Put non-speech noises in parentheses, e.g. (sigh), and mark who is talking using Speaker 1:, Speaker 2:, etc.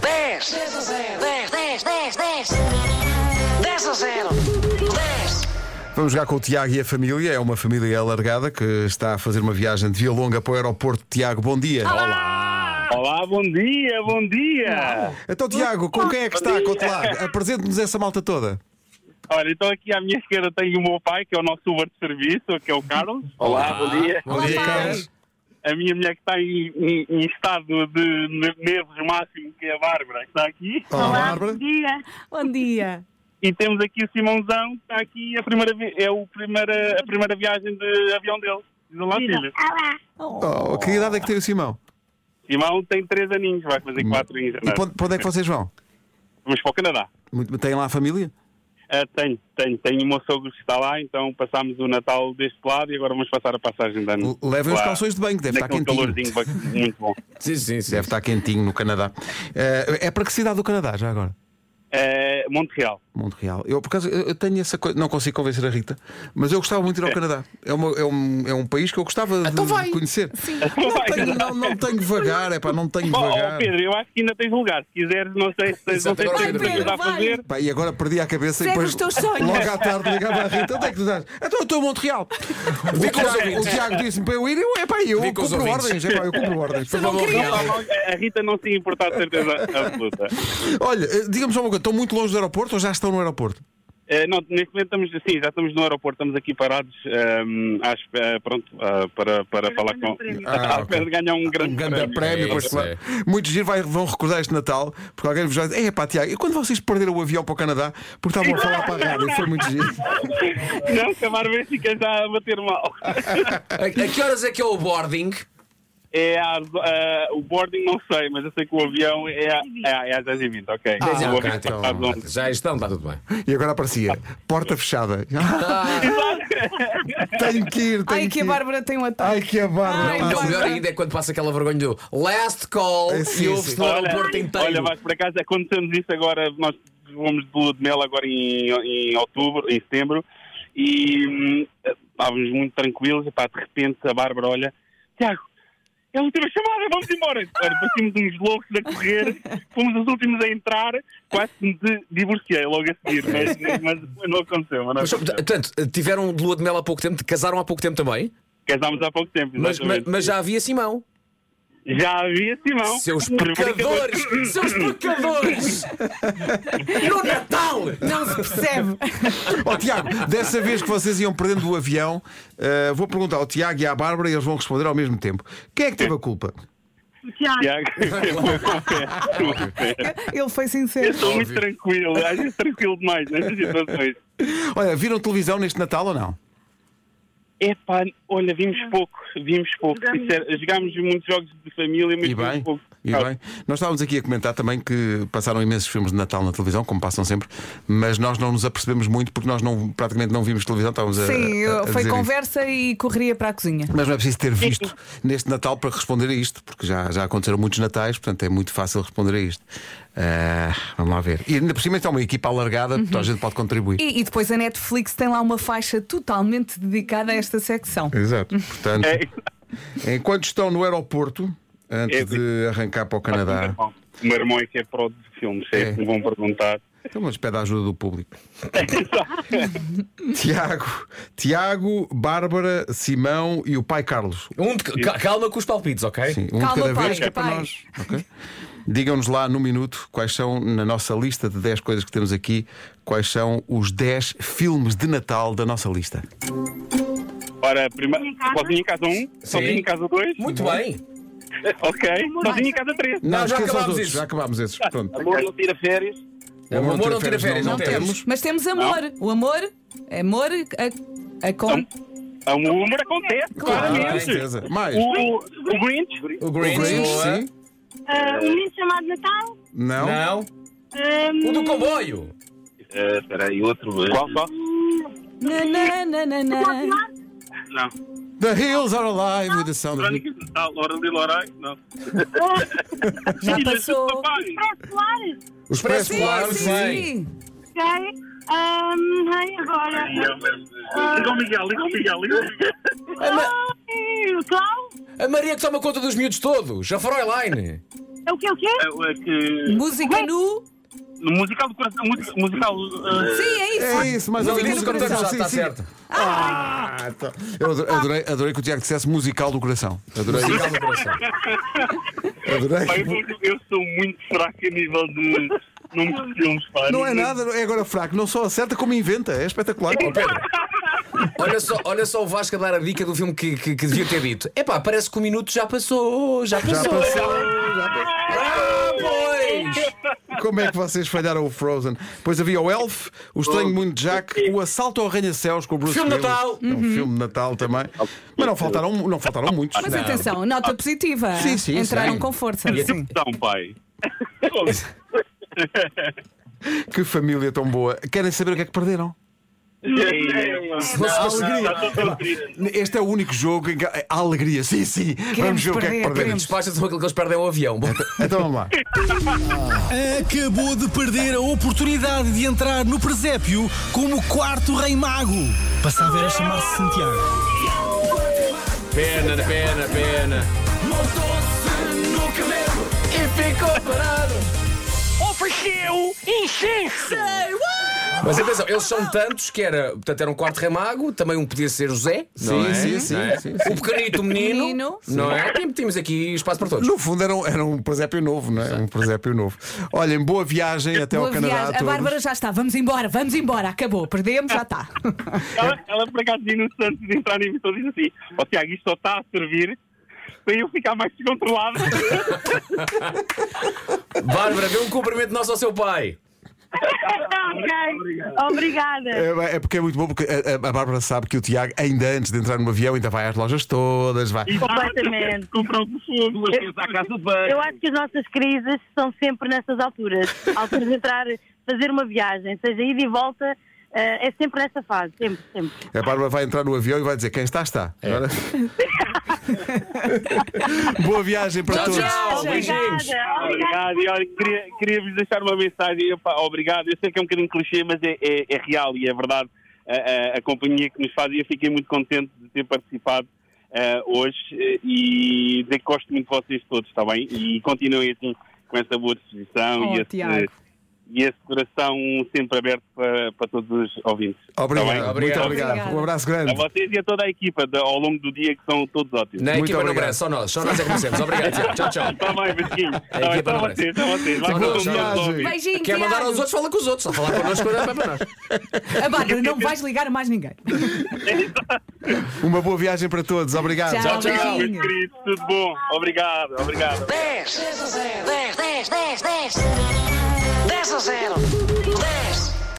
Speaker 1: 10. 10 a 0. 10, 10, 10, 10. 10 a 0. 10.
Speaker 2: Vamos jogar com o Tiago e a família. É uma família alargada que está a fazer uma viagem de via longa para o aeroporto. Tiago, bom dia.
Speaker 3: Olá, bom dia, bom dia!
Speaker 2: Então, Tiago, com quem é que está? Conte lá. Apresente-nos essa malta toda.
Speaker 3: Olha, então aqui à minha esquerda tenho o meu pai, que é o nosso Uber de serviço, que é o Carlos. Olá, bom dia.
Speaker 2: Bom dia, Carlos.
Speaker 3: A minha mulher que está em, em- em estado de ne- nervos máximo, que é a Bárbara, que está aqui.
Speaker 2: Olá,
Speaker 4: bom
Speaker 2: Bárbara.
Speaker 4: dia.
Speaker 5: Bom dia.
Speaker 3: E temos aqui o Simãozão, que está aqui, a primeira, vi- é o primeira, a primeira viagem de avião dele. Diz Olá, filho.
Speaker 2: Oh, que idade é que tem o Simão?
Speaker 3: Simão tem três aninhos, vai fazer quatro em
Speaker 2: Hum. E
Speaker 3: janeiro.
Speaker 2: para onde- para onde é que vocês vão?
Speaker 3: Vamos para o Canadá.
Speaker 2: Muito- Têm lá a família?
Speaker 3: Ah, tenho, tenho, tenho o meu sogro que está lá, então passámos o Natal deste lado e agora vamos passar a passagem de ano.
Speaker 2: L- levem os
Speaker 3: lá.
Speaker 2: calções de banho, deve estar
Speaker 3: Naquele
Speaker 2: quentinho.
Speaker 3: calorzinho ba- muito bom.
Speaker 6: Sim, sim, sim.
Speaker 2: Deve estar quentinho no Canadá. Eh, É para que cidade do Canadá, já agora?
Speaker 3: Eh, Montreal.
Speaker 2: Montreal. Eu, por acaso, eu eu tenho essa coisa, não consigo convencer a Rita, mas eu gostava muito de ir ao Canadá. É, uma- é um, é um país que eu gostava de,
Speaker 6: Então vai.
Speaker 2: de conhecer. Não,
Speaker 3: Vai,
Speaker 2: tenho, não, não tenho vagar, é pá, não tenho
Speaker 3: Oh, oh,
Speaker 2: vagar.
Speaker 3: Pedro, eu acho que ainda tens lugar. Se quiseres, não sei se tens, não sei se
Speaker 6: Vai,
Speaker 3: tens
Speaker 6: Pedro,
Speaker 3: ajuda a
Speaker 5: vai.
Speaker 3: fazer.
Speaker 2: Pá, e agora perdi a cabeça e
Speaker 5: Segue
Speaker 2: depois
Speaker 5: os teus sonhos.
Speaker 2: logo à tarde ligava à Rita. Onde é que tu estás? Então eu estou em Montreal. O Tiago, o
Speaker 6: ouvintes.
Speaker 2: Tiago disse-me para eu ir, eu, epá, eu
Speaker 6: Vê com os
Speaker 2: compro
Speaker 6: ouvintes.
Speaker 2: ordens, epá, eu compro ordens. Por favor.
Speaker 3: Não, não, A Rita não se ia importar de certeza absoluta.
Speaker 2: Olha, eh, diga-me só uma coisa, estão muito longe do aeroporto ou já estão no aeroporto?
Speaker 3: Eh, não, neste momento estamos sim, já estamos no aeroporto, estamos aqui parados ehm, à espe- eh, pronto, ah, para, para falar com.
Speaker 2: Ah,
Speaker 3: (laughs) à espera de ganhar um grande,
Speaker 2: Um grande prémio,
Speaker 6: é
Speaker 2: pois
Speaker 6: isso,
Speaker 2: claro.
Speaker 6: é.
Speaker 2: Muitos giro vai- vão recordar este Natal, porque alguém vos vai dizer: É pá, Tiago, e quando vocês perderam o avião para o Canadá, porque estavam a falar para a rádio, foi muito giro.
Speaker 3: (laughs) Não, acabar bem fica já a
Speaker 2: (laughs)
Speaker 3: bater mal.
Speaker 6: A, a que horas é que é o boarding?
Speaker 3: É às, ah, o boarding não sei, mas eu sei que o avião é, a, é às 10h20, ok.
Speaker 6: Ah,
Speaker 3: o
Speaker 6: ok,
Speaker 3: avião
Speaker 6: então.
Speaker 3: passa às 11.
Speaker 6: Já estão, está tudo bem.
Speaker 2: E agora aparecia: Porta fechada. (laughs) tenho que ir, tenho
Speaker 5: Ai, que
Speaker 2: ir.
Speaker 5: a Bárbara tem um ataque.
Speaker 2: Ai, que a Bárbara. Ah,
Speaker 5: Ai,
Speaker 6: Não,
Speaker 5: Bárbara.
Speaker 6: melhor ainda é quando passa aquela vergonha do last call
Speaker 2: É, sim,
Speaker 6: e
Speaker 2: sim.
Speaker 6: ouve-se no aeroporto inteiro.
Speaker 3: olha, mas por acaso acontecemos isso agora, nós vamos de lua de mel agora em, em outubro, em setembro, e hum, estávamos muito tranquilos, e pá, de repente a Bárbara olha, Tiago, é a última chamada, vamos embora! Olha, partimos uns loucos a correr, fomos os últimos a entrar, quase que me divorciei logo a seguir, mas, mas não aconteceu. Mas não
Speaker 6: Mas,
Speaker 3: aconteceu.
Speaker 6: portanto, tiveram de lua de mel há pouco tempo, casaram há pouco tempo também,
Speaker 3: Casámos é há pouco tempo,
Speaker 6: mas, mas,
Speaker 3: exatamente.
Speaker 6: mas já havia Simão.
Speaker 3: Já havia Simão.
Speaker 6: Seus
Speaker 3: Provocador.
Speaker 6: pecadores! Seus pecadores! No Natal!
Speaker 5: Não se percebe.
Speaker 2: Ó Oh, Tiago, dessa vez que vocês iam perdendo o avião, eh, vou perguntar ao Tiago e à Bárbara e eles vão responder ao mesmo tempo. Quem é que teve a culpa?
Speaker 3: Tiago, confesso.
Speaker 5: Ele foi
Speaker 3: Eu
Speaker 5: sincero.
Speaker 3: sou muito tranquilo, às vezes tranquilo demais nestas situações.
Speaker 2: Olha, viram televisão neste Natal ou não?
Speaker 3: Epá, olha, vimos pouco, vimos pouco. Sincero, jogámos muitos jogos de família, mas
Speaker 2: E
Speaker 3: vimos
Speaker 2: bem,
Speaker 3: pouco.
Speaker 2: e bem. Nós estávamos aqui a comentar também que passaram imensos filmes de Natal na televisão, como passam sempre, mas nós não nos apercebemos muito porque nós não, praticamente não vimos televisão, estávamos a.
Speaker 5: Sim,
Speaker 2: a- a
Speaker 5: eu- foi
Speaker 2: dizer isso.
Speaker 5: conversa e correria para a cozinha.
Speaker 2: Mas não é preciso ter visto neste Natal para responder a isto, porque já, já aconteceram muitos Natais, portanto é muito fácil responder a isto. Ah, vamos lá ver. E ainda por cima está uma equipa alargada, portanto
Speaker 5: Uhum.
Speaker 2: a gente pode contribuir.
Speaker 5: E, e depois a Netflix tem lá uma faixa totalmente dedicada a esta secção.
Speaker 2: Exato. Portanto,
Speaker 3: É,
Speaker 2: enquanto estão no aeroporto, antes
Speaker 3: É,
Speaker 2: de arrancar para o
Speaker 3: o meu
Speaker 2: Canadá,
Speaker 3: irmão- o meu irmão é que é pró de filmes, é,
Speaker 2: É.
Speaker 3: que me vão perguntar.
Speaker 2: então mas pede a ajuda do público.
Speaker 6: É
Speaker 2: (laughs)
Speaker 6: (laughs)
Speaker 2: Tiago, Tiago, Bárbara, Simão e o pai Carlos.
Speaker 6: Um de- ca- calma com os palpites, ok?
Speaker 2: Sim, um
Speaker 5: Calma,
Speaker 2: de cada
Speaker 5: pai,
Speaker 2: vez que é para
Speaker 5: pai.
Speaker 2: nós. ok? Digam-nos lá num minuto quais são, na nossa lista de 10 coisas que temos aqui, quais são os 10 filmes de Natal da nossa lista.
Speaker 3: Ora, primeiro, sozinho em casa um, sozinho em casa dois,
Speaker 6: Muito bem.
Speaker 3: ok, sozinho em casa três.
Speaker 6: Não, já
Speaker 2: esqueçam os
Speaker 6: acabámos
Speaker 2: outros,
Speaker 6: isso.
Speaker 2: Já acabámos esses. Pronto.
Speaker 7: Amor não tira férias.
Speaker 6: Ah, O amor, não tira férias, não,
Speaker 2: não
Speaker 6: temos.
Speaker 5: Mas temos amor. O amor, amor, a, a com.
Speaker 2: Então.
Speaker 3: A humor acontece,
Speaker 2: Ah, Com
Speaker 3: claramente.
Speaker 2: certeza. Mais.
Speaker 3: O, o Grinch,
Speaker 6: O
Speaker 2: O
Speaker 6: Grinch,
Speaker 2: Grinch,
Speaker 6: boa.
Speaker 2: sim.
Speaker 8: Ah, um menino chamado Natal.
Speaker 2: Não.
Speaker 6: Não. O do comboio.
Speaker 3: Eh,
Speaker 7: Ah, Espera aí, outro. ah,
Speaker 3: qual só?
Speaker 5: Na, na, na, na, na.
Speaker 3: Não.
Speaker 2: The Hills Are Alive with the Sound of
Speaker 3: Crónicas de Natal, Laura de Lorai, não.
Speaker 8: eh,
Speaker 5: Já
Speaker 3: Filhas do
Speaker 5: passou.
Speaker 3: papai.
Speaker 8: Pré-escolar.
Speaker 2: Os Expresso
Speaker 6: Sim,
Speaker 2: Polar,
Speaker 6: sim,
Speaker 2: sim.
Speaker 8: Ok. Ahm, ai, agora.
Speaker 3: Liga ao Miguel, liga ao Miguel, liga ao Miguel.
Speaker 6: A, Ma-
Speaker 8: Ai, o Clau.
Speaker 6: a Maria que toma conta dos miúdos todos. A Fraulein.
Speaker 8: É o que é o que (laughs) é?
Speaker 3: É, é que-
Speaker 5: Música nu.
Speaker 3: no musical do coração. música- musical. eh,
Speaker 5: Sim, é isso.
Speaker 2: É isso, mas
Speaker 5: Música
Speaker 2: ali
Speaker 5: no
Speaker 2: música do
Speaker 5: coração.
Speaker 2: coração.
Speaker 6: Já está
Speaker 2: sim, sim.
Speaker 6: certo.
Speaker 2: Ah, então, eu ado- adorei, adorei que o Tiago dissesse musical do coração. Adorei.
Speaker 6: Musical do coração.
Speaker 3: pá,
Speaker 2: adorei.
Speaker 3: eu, eu sou muito fraco a nível de nomes de filmes, pá.
Speaker 2: Não é nada, é agora fraco. Não só acerta como inventa. É espetacular.
Speaker 6: Ó, Pedro, olha só, olha só o Vasco a dar a dica do filme que, que, que devia ter dito. Epá, parece que o minuto já passou, já
Speaker 2: Já
Speaker 6: passou.
Speaker 2: passou. já passou.
Speaker 6: Ah, pois!
Speaker 2: Como é que vocês falharam o Frozen? Pois havia o Elf, o Estranho Mundo de Jack, o Assalto ao Arranha-Céus com o Bruce
Speaker 6: Filme de
Speaker 2: Willis.
Speaker 6: Natal.
Speaker 2: É um
Speaker 5: Uhum.
Speaker 2: filme de Natal também. Mas não faltaram, não faltaram muitos.
Speaker 5: Mas atenção, nota positiva.
Speaker 2: Sim, sim,
Speaker 5: Entraram
Speaker 2: sim.
Speaker 5: com força. Sim.
Speaker 3: Então, pai.
Speaker 2: Que família tão boa. Querem saber o que é que perderam?
Speaker 3: Está
Speaker 2: A alegria.
Speaker 3: todo Tá triste.
Speaker 2: Este é o único jogo em que há há alegria. Sim, sim. Vamos ver o que é que
Speaker 5: perder,
Speaker 2: perderam.
Speaker 5: queremos.
Speaker 6: Despachas com aquilo que eles perdem ao avião. Bom,
Speaker 2: Então vamos lá.
Speaker 4: Acabou de perder a oportunidade de entrar no presépio como quarto rei mago. Passava era chamar-se Santiago.
Speaker 6: Pena, pena, pena.
Speaker 1: Ofereceu incenso.
Speaker 6: Mas atenção, eles são tantos que era, portanto, era um quarto remago, também um podia ser José. não
Speaker 2: Sim, sim,
Speaker 6: é?
Speaker 2: sim,
Speaker 6: Não é?
Speaker 2: sim, sim.
Speaker 6: O pequenito menino.
Speaker 5: Menino.
Speaker 6: Não é? Tem- Temos aqui espaço para todos.
Speaker 2: No fundo era um, era um presépio novo, não é? Um presépio novo. Olhem, boa viagem até
Speaker 5: Boa
Speaker 2: ao Canadá.
Speaker 5: viagem.
Speaker 2: a
Speaker 5: A
Speaker 2: todos.
Speaker 5: Bárbara já está. Vamos embora, vamos embora. Acabou, perdemos, já está.
Speaker 3: Ela, ela, por acaso, minutos antes de entrar na emissão, diz assim: Ó Tiago, isto só está a servir para eu ficar mais (laughs) descontrolado.
Speaker 6: Bárbara, dê um cumprimento nosso ao seu pai.
Speaker 8: ok. Obrigada.
Speaker 2: É, é porque é muito bom, porque a, a- a Bárbara sabe que o Tiago, ainda antes de entrar no avião, ainda vai às lojas todas, vai.
Speaker 8: Completamente.
Speaker 3: Comprar um fogo. à casa de
Speaker 8: Eu
Speaker 3: banho.
Speaker 8: acho que as nossas crises são sempre nessas alturas. Alturas de entrar, fazer uma viagem, seja ida e volta, eh, é sempre nessa fase. Sempre, sempre.
Speaker 2: A Bárbara vai entrar no avião e vai dizer: quem está, está. Agora- (laughs) boa viagem para todos.
Speaker 6: tchau. Beijinhos.
Speaker 8: Obrigada. Obrigada.
Speaker 3: Obrigado, e olha, queria, queria vos deixar uma mensagem. Epá, obrigado. Eu sei que é um bocadinho clichê, mas é, é- é real e é verdade a, a- a companhia que nos faz. E eu fiquei muito contente de ter participado eh, hoje eh, e dizer que gosto muito de vocês todos, está bem? E continuem assim com essa boa disposição
Speaker 5: Oh,
Speaker 3: e, esse,
Speaker 5: Tiago.
Speaker 3: e esse coração sempre aberto para, para todos os ouvintes. está
Speaker 2: Obrigado,
Speaker 3: Tá bem?
Speaker 6: Obrigado.
Speaker 2: muito obrigado.
Speaker 5: Obrigada.
Speaker 2: Um abraço
Speaker 3: A
Speaker 2: grande.
Speaker 3: vocês e a toda a equipa da- ao longo do dia, que são todos ótimos. (laughs)
Speaker 6: Na
Speaker 2: Muito
Speaker 6: equipa não
Speaker 2: obrigado.
Speaker 6: branca, só nós. Só nós é que conhecemos. Obrigado, Tiago. Tchau, Né? tchau.
Speaker 3: Está Tá bem, beijinhos. Está bem,
Speaker 6: equipa
Speaker 3: só
Speaker 6: não
Speaker 3: vocês,
Speaker 6: merece.
Speaker 3: só vocês. Lá
Speaker 6: Só
Speaker 3: para
Speaker 6: nós,
Speaker 3: todos
Speaker 6: só
Speaker 3: os
Speaker 6: nós.
Speaker 3: ouvintes.
Speaker 5: Beijinho,
Speaker 6: Quer mandar
Speaker 5: Tiago.
Speaker 6: aos outros, fala com os outros. Só falar connosco, não é para nós.
Speaker 5: A Bárbara, não vais ligar a mais ninguém.
Speaker 3: (laughs)
Speaker 2: Uma boa viagem para todos. Obrigado.
Speaker 5: Tchau,
Speaker 3: Obrigado,
Speaker 5: beijinho.
Speaker 3: meus queridos. Tudo bom. Obrigado, obrigado.
Speaker 1: 10 10 10 10 10 10 10 a 0